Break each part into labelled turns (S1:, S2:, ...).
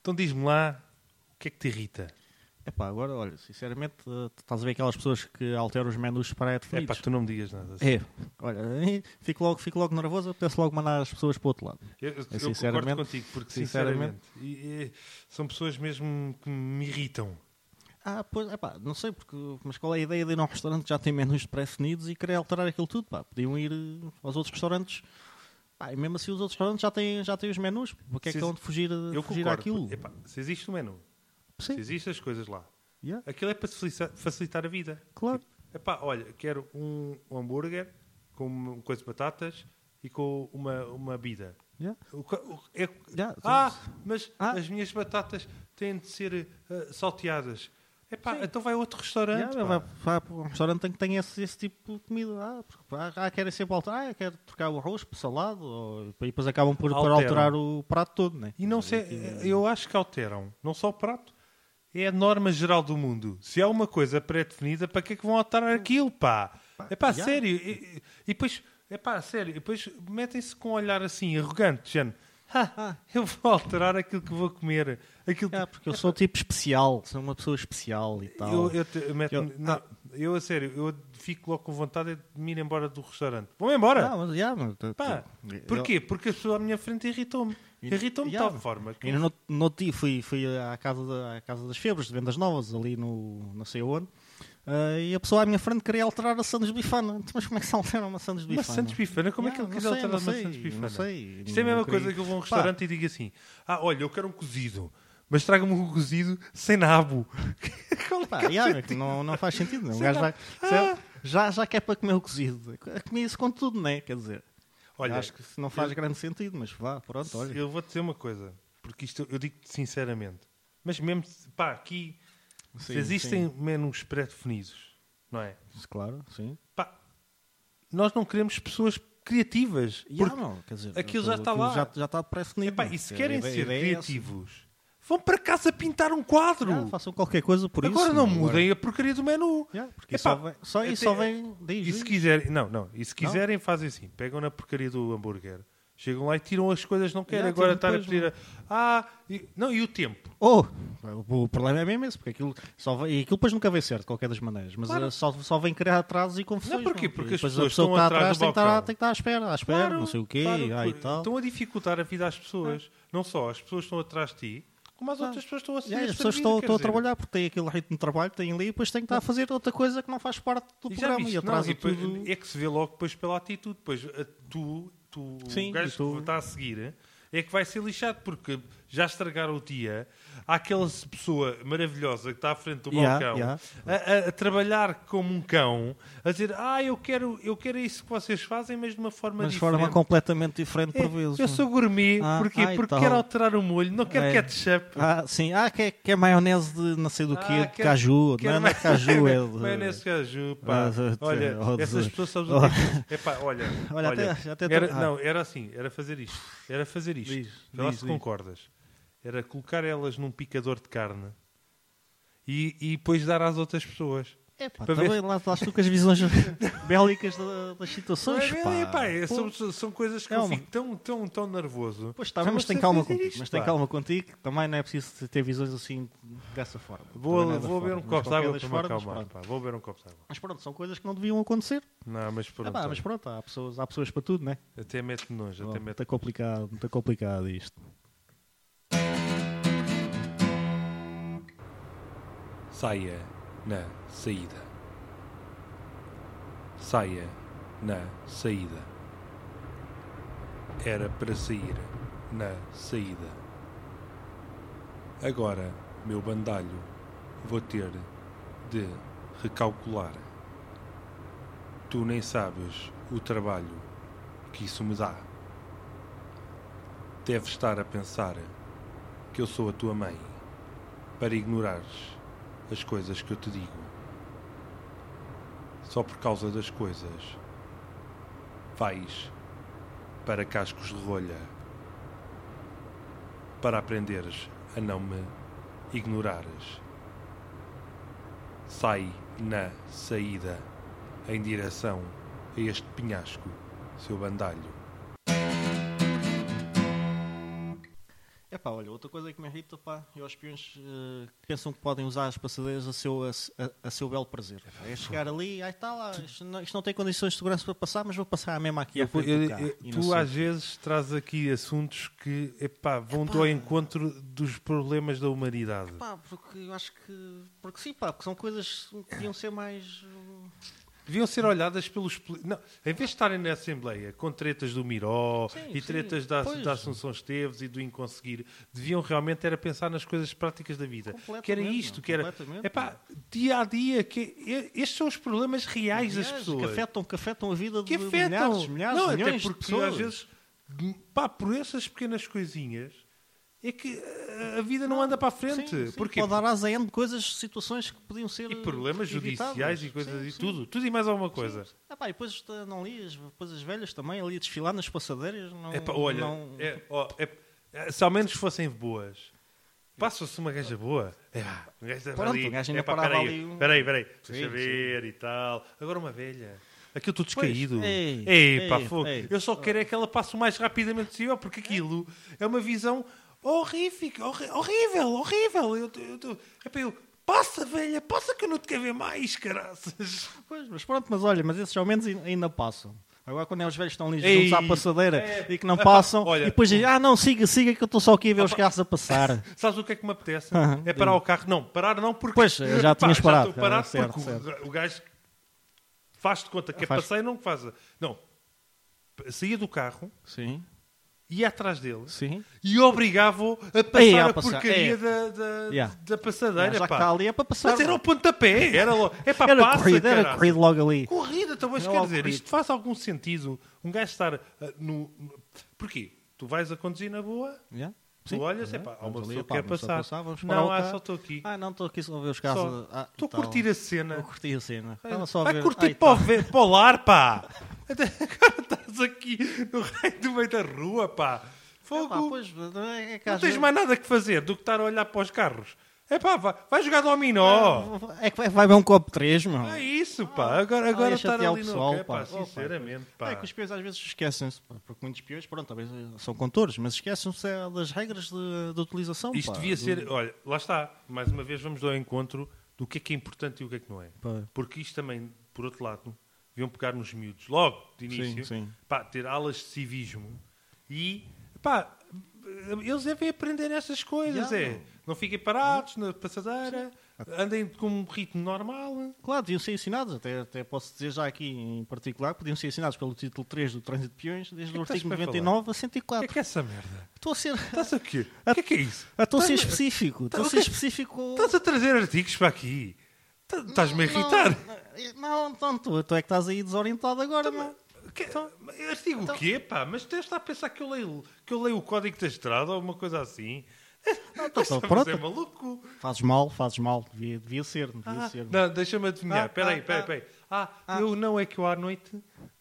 S1: Então diz-me lá o que é que te irrita.
S2: Epá, agora, olha, sinceramente, eh, estás a ver aquelas pessoas que alteram os menus
S1: É pá,
S2: pré-definidos?
S1: tu não me digas nada.
S2: É, olha, aí fico logo, fico logo nervoso, penso logo mandar as pessoas para o outro lado.
S1: Eu, eu
S2: é sinceramente-
S1: concordo contigo, porque sinceramente,
S2: sinceramente-
S1: e- e- são pessoas mesmo que me irritam.
S2: Ah, pois, epá, não sei, porque, mas qual é a ideia de ir a um restaurante que já tem menus pré-definidos e querer alterar aquilo tudo? Pá, podiam ir eh, aos outros restaurantes. Pá, e mesmo assim, os outros restaurantes já têm, já têm os menus. Porque é que
S1: Sim,
S2: é onde fugir,
S1: Eu
S2: fugir
S1: concordo.
S2: àquilo?
S1: Epá, se existe um menu, se
S2: É, Sim,
S1: existem as coisas lá,
S2: yeah,
S1: aquilo é para se facilitar, facilitar a vida.
S2: claro.
S1: Epá, olha, quero um hambúrguer com uma coisa de batatas e com uma, uma bida.
S2: Yeah,
S1: O ca- o- é-
S2: yeah,
S1: ah,
S2: então-
S1: mas
S2: Ah.
S1: as minhas batatas têm de ser eh, salteadas. Epá, então vai a outro restaurante.
S2: Yeah,
S1: pá.
S2: vai, vai para um restaurante em que tem esse, esse tipo de comida. Ah, porque, ah, ah, querem sempre alterar, ah, quero trocar o arroz para salado, ou, e depois acabam por, por
S1: Alteram.
S2: alterar o prato todo, né?
S1: E não sei, eu acho que alteram, não só o prato, é a norma geral do mundo. Se há uma coisa pré-definida, para que é que vão alterar aquilo, pá? É pá,
S2: já.
S1: sério. E, e- e depois, é pá, sério, e depois metem-se com um olhar assim, arrogante, género. "Ha,
S2: Ah.
S1: eu vou alterar aquilo que vou comer. Aquilo que-
S2: Ah, porque eu sou tipo especial, sou uma pessoa especial e tal.
S1: Eu, eu, te- eu meto-
S2: Eu- ah.
S1: não, eu, a sério, eu fico logo com vontade de me ir embora do restaurante. Vão embora!
S2: Ah, mas, yeah, mas, tu-
S1: Pá,
S2: tu-
S1: porquê? Porque a pessoa à minha frente irritou-me.
S2: E-
S1: Irritou-me de
S2: yeah.
S1: tal forma.
S2: Eu,
S1: que-
S2: ainda no, no outro dia fui, fui à, casa da, à Casa das Febres, de Vendas Novas, ali no não sei onde, ah, e a pessoa à minha frente queria alterar a Santos Bifana. Então, Mas como é que se altera uma Santos Bifana?
S1: Uma Santos Bifana? Como é que ele
S2: Yeah,
S1: quis
S2: não sei,
S1: alterar
S2: não
S1: uma
S2: sei,
S1: Santos Bifana?
S2: Não sei.
S1: Isto é a
S2: não
S1: mesma
S2: queria-
S1: coisa que eu vou a um
S2: Pá,
S1: restaurante e digo assim: Ah, olha, eu quero um cozido, mas traga-me um cozido sem nabo. Qual é
S2: Pá,
S1: que é o
S2: yeah,
S1: sentido?
S2: não, não faz sentido, não. O
S1: Sei
S2: gajo
S1: lá.
S2: vai- sei- já, já que é para comer o cozido. Comi isso com tudo, não é? Quer dizer,
S1: Olha,
S2: acho que isso não faz grande sentido, mas vá, pronto, olha.
S1: eu vou te dizer uma coisa, porque isto eu digo-te sinceramente, mas mesmo, se- pá, aqui se
S2: Sim,
S1: existem menus pré-definidos, não é?
S2: sim, claro, sim.
S1: Pá, nós não queremos pessoas criativas.
S2: Yeah,
S1: porque-
S2: não, quer dizer,
S1: aquilo já está lá.
S2: Já, já está pré-definido.
S1: Epá,
S2: não é?
S1: e se
S2: A
S1: querem
S2: ideia- a
S1: ser
S2: ideia é essa.
S1: criativos, vão para casa pintar um quadro.
S2: Ah, façam qualquer coisa por isso.
S1: Agora não
S2: é?
S1: mudem a porcaria do menu.
S2: Yeah, porque
S1: Epá,
S2: só, vem, só
S1: até-
S2: isso só vem daí.
S1: E se quiserem, não, não, e se quiserem fazem assim, pegam na porcaria do hambúrguer, chegam lá e tiram as coisas que não querem.
S2: Já,
S1: Agora
S2: tiram
S1: estar a
S2: depois,
S1: pedir a- ah, e- não, e o tempo?
S2: Oh, o problema é mesmo esse, porque aquilo, só vem, e aquilo depois nunca vem certo, de qualquer das maneiras. Mas
S1: Claro.
S2: eh, só, só vem criar atrasos e confusões. é?
S1: Não, porquê?
S2: E
S1: Porque as
S2: depois
S1: pessoas
S2: a
S1: estão
S2: pessoa que está
S1: atrás
S2: atrás
S1: do
S2: tem que, estar,
S1: balcão.
S2: tem que estar à espera, à espera, não sei o quê,
S1: claro, então
S2: ah, e tal. É.
S1: Estão a dificultar a vida às pessoas. Não só as pessoas estão atrás de ti, como as
S2: Claro.
S1: outras pessoas estão a ser
S2: Ah. E aí as pessoas estão, estão a trabalhar porque têm aquele ritmo de trabalho, que têm ali, e depois têm que estar a fazer outra coisa que não faz parte do
S1: E já
S2: programa
S1: viste,
S2: e
S1: não,
S2: atrasa
S1: e depois-
S2: tudo.
S1: é que se vê logo depois pela atitude. Depois a- tu, tu
S2: Sim,
S1: o gajo
S2: e tu-
S1: que está a seguir é que vai ser lixado porque já estragaram o dia. Há aquela pessoa maravilhosa que está à frente do
S2: Yeah,
S1: balcão
S2: yeah.
S1: A, a- a trabalhar como um cão, a dizer: Ah, eu quero, eu quero isso que vocês fazem, mas de uma forma
S2: Mas de
S1: diferente.
S2: forma completamente diferente
S1: É,
S2: por vezes.
S1: eu
S2: não é?
S1: sou gourmet,
S2: Ah,
S1: porquê?
S2: ai,
S1: Porque
S2: tal.
S1: quero alterar o molho, não quero
S2: É.
S1: ketchup.
S2: Ah, sim. Ah, que é, que é maionese de não sei do quê,
S1: Ah,
S2: de
S1: quero-
S2: caju.
S1: quero
S2: não, não é de
S1: mais-
S2: caju, é de...
S1: Maionese de caju, pá.
S2: Ah, de-
S1: Olha,
S2: oh, de-
S1: essas pessoas sabes o
S2: oh.
S1: que é que- Epá, olha, olha,
S2: Olha, até- até tô-
S1: era,
S2: ah.
S1: Não, era assim, era fazer isto. Era fazer isto.
S2: Diz,
S1: Vê lá
S2: diz,
S1: se
S2: diz.
S1: concordas. Era colocar elas num picador de carne e, e depois dar às outras pessoas.
S2: É pá,
S1: Para ver-
S2: também lá estás tu com as visões bélicas da- das situações,
S1: Não é,
S2: pá.
S1: é, pá, é,
S2: Pô,
S1: são, são coisas que eu
S2: Calma.
S1: fico tão, tão, tão nervoso.
S2: Pois está,
S1: Já
S2: mas
S1: não
S2: tem
S1: sei
S2: calma
S1: fazer
S2: contigo.
S1: isto,
S2: mas tem
S1: pá.
S2: calma contigo. Também não é preciso ter visões assim dessa forma. Também não
S1: Vou,
S2: é da
S1: vou beber
S2: forma,
S1: um
S2: mas
S1: copo de
S2: qualquer
S1: água
S2: das
S1: para me
S2: formas,
S1: acalmar.
S2: pronto.
S1: pá. Vou beber um copo de água.
S2: Mas pronto, são coisas que não deviam acontecer.
S1: Não, mas
S2: Ah,
S1: pronto.
S2: pá, mas pronto, há pessoas, há pessoas para tudo, né?
S1: Até mete nojo.
S2: Bom,
S1: Até mete
S2: Muito complicado, muito complicado isto.
S1: Saia na saída. Saia na saída. Era para sair na saída. Agora, meu bandalho, vou ter de recalcular. Tu nem sabes o trabalho que isso me dá. Deves estar a pensar que eu sou a tua mãe para ignorares as coisas que eu te digo. Só por causa das coisas vais para cascos de rolha para aprenderes a não me ignorares. Sai na saída em direção a este penhasco, seu bandalho.
S2: É pá, olha, outra coisa que me irrita, pá, e aos peões eh, que pensam que podem usar as passadeiras a seu, a, a- a seu belo prazer. É chegar ali, ai tá lá, isto não, isto não tem condições de segurança para passar, mas vou passar a mesma aqui à
S1: Eu-
S2: frente
S1: eu-
S2: do é carro.
S1: eu-
S2: E não
S1: tu
S2: sei.
S1: às vezes traz aqui assuntos que epá, vão
S2: Epá.
S1: ao encontro dos problemas da humanidade.
S2: Pá, porque eu acho que. Porque sim, pá, porque são coisas que deviam ser mais. hum,
S1: Deviam ser olhadas pelos. poli- Não, em vez de estarem na Assembleia com tretas do Miró
S2: Sim,
S1: e
S2: sim,
S1: tretas da,
S2: pois.
S1: da Assunção Esteves e do Inconseguir, deviam realmente era pensar nas coisas práticas da vida.
S2: eh, Completamente,
S1: Que era isto,
S2: não, é?
S1: que era.
S2: completamente.
S1: Epá, dia a dia, que e- estes são os problemas reais das
S2: reais,
S1: pessoas.
S2: Que afetam, que afetam a vida
S1: que
S2: de
S1: afetam.
S2: milhares, milhares,
S1: não,
S2: milhões
S1: até
S2: de
S1: porque
S2: pessoas.
S1: às vezes, pá, por essas pequenas coisinhas é que a- a vida não, anda para a frente.
S2: Sim, sim,
S1: Porquê?
S2: Pode dar asa a N de coisas, situações que podiam ser.
S1: E problemas
S2: evitadas.
S1: judiciais e coisas
S2: Sim,
S1: e
S2: sim,
S1: tudo, tudo e mais alguma coisa.
S2: sim. Ah, pá, e depois eh, não li as coisas velhas também, ali a desfilar nas passadeiras. Não,
S1: Epá, olha,
S2: não-
S1: é, ó, é- é, se ao menos fossem boas. Passa-se uma gaja boa. É, pá, um gajo estava
S2: Pronto,
S1: ali.
S2: o gajo ainda
S1: É, pá,
S2: parava
S1: peraí,
S2: ali um-
S1: Peraí, peraí. Deixa
S2: Sim,
S1: ver e tal. Agora uma velha. Aquilo tudo
S2: Pois,
S1: descaído.
S2: ei,
S1: ei, pá,
S2: ei,
S1: fogo.
S2: ei.
S1: Eu só quero é que ela passe o mais rapidamente possível, porque aquilo é uma visão horrífica, horri- horrível, horrível. Eu, eu, eu, é para eu, passa, velha, passa que eu não te quero ver mais, caraças.
S2: Pois, mas pronto, mas olha, mas esses ao menos ai- ainda passam. Agora quando é os velhos que estão ali
S1: Ei.
S2: juntos à passadeira
S1: É.
S2: e que não passam,
S1: Olha. Ah,
S2: e depois dizem, ah não, siga, siga que eu estou só aqui a ver os carros a passar.
S1: Sabes o que é que me apetece?
S2: Aham,
S1: é parar o carro. Não, parar não porque.
S2: Pois, eu já tinhas
S1: já
S2: parado,
S1: estou parado
S2: ah, certo,
S1: porque o- o gajo faz-te conta que é
S2: Faz.
S1: passeio não que faz. Não. Saía do carro,
S2: Sim,
S1: ia atrás dele
S2: sim.
S1: e obrigava-o a passar
S2: Ei, a
S1: a
S2: É, passar,
S1: porcaria
S2: é.
S1: da, da,
S2: Yeah.
S1: da passadeira.
S2: já que
S1: pá.
S2: está ali é para passar.
S1: Mas era o pontapé. Era, logo, é pá,
S2: Era
S1: passa,
S2: corrida, era
S1: caralho.
S2: corrido logo ali.
S1: Corrida, talvez
S2: Não
S1: quer
S2: há
S1: dizer,
S2: corrida.
S1: isto faz algum sentido um gajo estar ah, no. no- Porquê? Tu vais a conduzir na boa,
S2: Yeah?
S1: tu olhas, é pá, há uma pessoa que quer passar.
S2: não,
S1: não, ah, só estou aqui.
S2: Ah, não, estou aqui só a ver os carros.
S1: Só-
S2: Ah,
S1: Estou
S2: então,
S1: a curtir a cena.
S2: Eu curti a cena. Estava só a
S1: Vai
S2: ver-
S1: curtir
S2: Ai,
S1: para, o
S2: tá.
S1: ve- para o lar, pá! Até Agora estás aqui no raio do meio da rua, pá!
S2: É pá,
S1: Fogo!
S2: pois, é que
S1: não
S2: às
S1: tens
S2: vezes-
S1: mais nada que fazer do que estar a olhar para os carros. É pá, vai, vai jogar dominó!
S2: É que vai, vai ver um copo 3, meu.
S1: É isso, pá! Agora,
S2: Ah,
S1: agora
S2: ia
S1: estar
S2: chatear o
S1: ali
S2: pessoal,
S1: no. É, pá,
S2: pá. Oh, pá.
S1: sinceramente,
S2: É
S1: pá!
S2: que os peões às vezes esquecem-se, pá, porque muitos peões, pronto, talvez eh, são contores, mas esquecem-se eh, das regras de, de utilização.
S1: Isto
S2: pá,
S1: devia
S2: do-
S1: ser. Olha, lá está. Mais uma vez vamos ao encontro do que é que é importante e o que é que não é.
S2: Pá.
S1: Porque isto também, por outro lado, deviam pegar nos miúdos logo de
S2: Sim,
S1: início.
S2: sim.
S1: Pá, ter aulas de civismo e. Pá, eles devem aprender essas coisas,
S2: Já,
S1: é.
S2: não.
S1: Não fiquem parados na passadeira, andem com um ritmo normal.
S2: Claro, deviam ser ensinados, até, até posso dizer já aqui em particular, podiam ser ensinados pelo título 3 do Trânsito de Peões, desde
S1: Que é
S2: o
S1: que estás
S2: artigo
S1: para falar?
S2: 99 a
S1: O que é que
S2: 104.
S1: é essa merda?
S2: Estou a ser.
S1: Estás a quê? O que é que é isso?
S2: Ah, Estou a ser
S1: Estás-
S2: específico, estou a
S1: o
S2: ser
S1: quê?
S2: específico.
S1: Estás a trazer artigos para aqui? Tá- Estás-me a irritar?
S2: Não, não, não tu, tu é que estás aí desorientado agora,
S1: Então, Mas,
S2: meu.
S1: que-
S2: Então,
S1: mas artigo o quê, pá? Mas tens de a pensar que eu, leio, que eu leio o código da estrada ou alguma coisa assim?
S2: tá,
S1: Mas
S2: pronto.
S1: é maluco.
S2: Fazes mal, fazes mal, devia, devia ser, devia
S1: Ah,
S2: ser.
S1: não, deixa-me adivinhar.
S2: Ah,
S1: Peraí,
S2: ah,
S1: peraí,
S2: ah.
S1: peraí. Ah, eu não é que eu à noite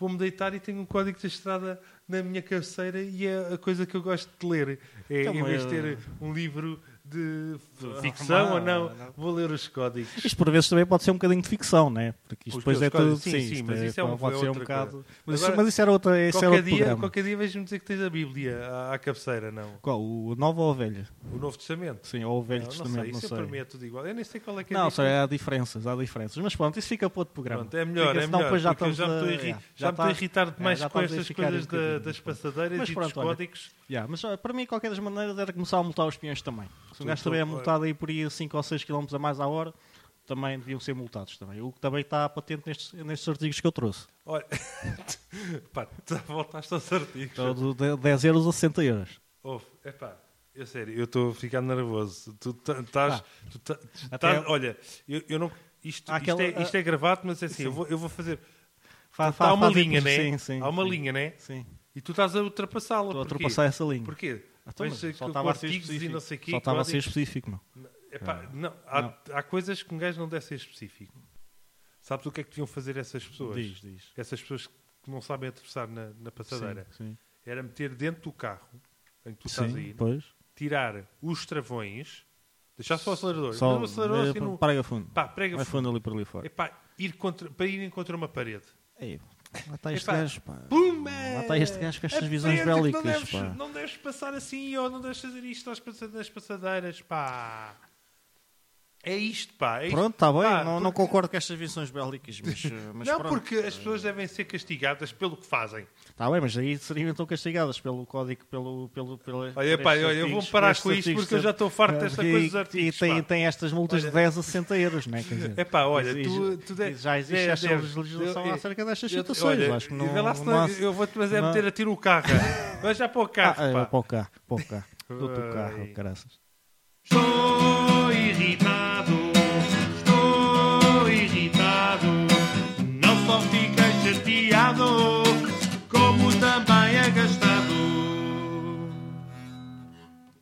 S1: vou-me deitar e tenho um código da estrada na minha cabeceira e é a coisa que eu gosto de ler. É,
S2: Então,
S1: em vez de
S2: eu-
S1: ter um livro de ficção
S2: Ah,
S1: ou não,
S2: não.
S1: vou ler os códigos.
S2: Isto por vezes também pode ser um bocadinho de ficção, né? Porque isto
S1: Os
S2: depois
S1: teus
S2: é tudo.
S1: códigos, sim, sim,
S2: isto
S1: mas isso é um-
S2: pode
S1: é
S2: ser um
S1: outra
S2: bocado.
S1: coisa.
S2: Mas,
S1: Agora,
S2: isso, mas isso era outra. Esse era
S1: Qualquer
S2: outro
S1: dia,
S2: programa.
S1: qualquer dia vais-me dizer que tens a Bíblia à, à cabeceira, não?
S2: Qual? O Novo ou o Velho?
S1: O Novo Testamento.
S2: Sim, ou o Velho
S1: Não,
S2: Testamento, não
S1: Não sei, isso
S2: sei.
S1: é para mim é tudo igual. Eu nem sei qual é que é.
S2: Não,
S1: a
S2: só
S1: diferença.
S2: há diferenças, há diferenças. Mas pronto, isso fica para outro programa.
S1: Pronto, é melhor,
S2: Fica,
S1: é
S2: senão
S1: melhor.
S2: depois já
S1: porque eu já me
S2: estamos
S1: estou a, irri-
S2: a- yeah,
S1: já me estou a
S2: estás-
S1: irritar demais
S2: é, já
S1: com
S2: estás a
S1: estas
S2: ficar
S1: coisas
S2: um
S1: da-
S2: bocadinho,
S1: das
S2: pronto.
S1: passadeiras
S2: Mas
S1: e dos
S2: pronto, olha.
S1: códigos.
S2: Yeah, mas olha, para mim, qualquer das maneiras, era começar a multar os peões também. Se um gajo
S1: tu-
S2: estiver multado aí por aí 5 ou 6 km a mais à hora, também deviam ser multados também. O que também está patente nestes, nestes artigos que eu trouxe.
S1: Olha, pá, tu voltaste aos artigos.
S2: Então, de- de 10 euros a 60 euros.
S1: Ouve, epá, eu sério, eu estou a ficar nervoso. Tu ta- estás.
S2: Pá.
S1: tu ta- tu
S2: Até
S1: estás-
S2: eu-
S1: Olha, eu, eu não. Isto,
S2: Há
S1: isto,
S2: aquela-
S1: é, isto é gravado, mas é assim, eu vou, eu vou fazer.
S2: Fa- fa-
S1: há Então, uma
S2: fazem-
S1: linha, né?
S2: Sim, sim.
S1: há uma
S2: sim.
S1: linha, né?
S2: Sim.
S1: E tu estás a ultrapassá-la.
S2: Estou a
S1: porquê?
S2: ultrapassar essa linha.
S1: Porquê?
S2: Ah, então, mas
S1: Vais
S2: só
S1: com
S2: estava a ser
S1: artigos e
S2: específico.
S1: não sei quê,
S2: Só estava a ser
S1: códigos.
S2: específico, meu.
S1: Epá,
S2: Ah,
S1: não, há, há coisas que um gajo não deve ser específico. Sabes o que é que deviam fazer essas pessoas?
S2: Diz, diz.
S1: Essas pessoas que não sabem atravessar na, na passadeira.
S2: Sim,
S1: Era meter dentro do carro em que tu
S2: sim.
S1: estás a
S2: sim
S1: ir,
S2: pois.
S1: tirar os travões, deixar só o acelerador.
S2: Só
S1: Mas o acelerador
S2: eh,
S1: assim
S2: pa-
S1: no-
S2: Praga fundo.
S1: Pá, prega
S2: Vai fundo ali para ali fora.
S1: Epá, ir contra, para ir contra uma parede.
S2: Ei, Lá está este
S1: Epá,
S2: gajo, pá.
S1: Pumba!
S2: Ah, Lá está este gajo com estas visões
S1: Aprende que
S2: bélicas,
S1: Não deves,
S2: pá.
S1: não deves passar assim, ou não deves fazer isto às passa- nas passadeiras, pá. É isto, pá. é isto.
S2: Pronto, está bem,
S1: Pá,
S2: não, não
S1: porque-
S2: concordo com estas visões bélicas, mas, eh, mas
S1: não,
S2: pronto.
S1: porque as pessoas devem ser castigadas pelo que fazem.
S2: Está Tá bem, mas aí seriam então castigadas pelo código, pelo... pelo, pela- por
S1: Olha,
S2: estes
S1: pá, olha, eu
S2: artigos,
S1: vou parar
S2: estes
S1: com isto
S2: artigos,
S1: porque eu já estou farto desta
S2: e-
S1: coisa dos
S2: E
S1: artigos,
S2: tem,
S1: pá.
S2: tem estas multas
S1: Olha.
S2: de 10 a 60 euros, não é? Quer dizer,
S1: É pá, olha,
S2: e-
S1: tu, tu de- é
S2: já existe
S1: de-
S2: esta
S1: deves-
S2: legislação
S1: eu-
S2: acerca destas
S1: eu-
S2: situações.
S1: olha,
S2: acho que não,
S1: vê lá se
S2: não
S1: não- é-
S2: há-
S1: eu vou-te fazer
S2: não-
S1: meter a tiro o carro. Vai já para o
S2: Ah,
S1: carro,
S2: é,
S1: pá.
S2: para o carro, para o carro. Do teu
S1: Ai.
S2: carro, caraças.
S1: Estou irritado, estou irritado. Não só fiquei chateado, como também agastado.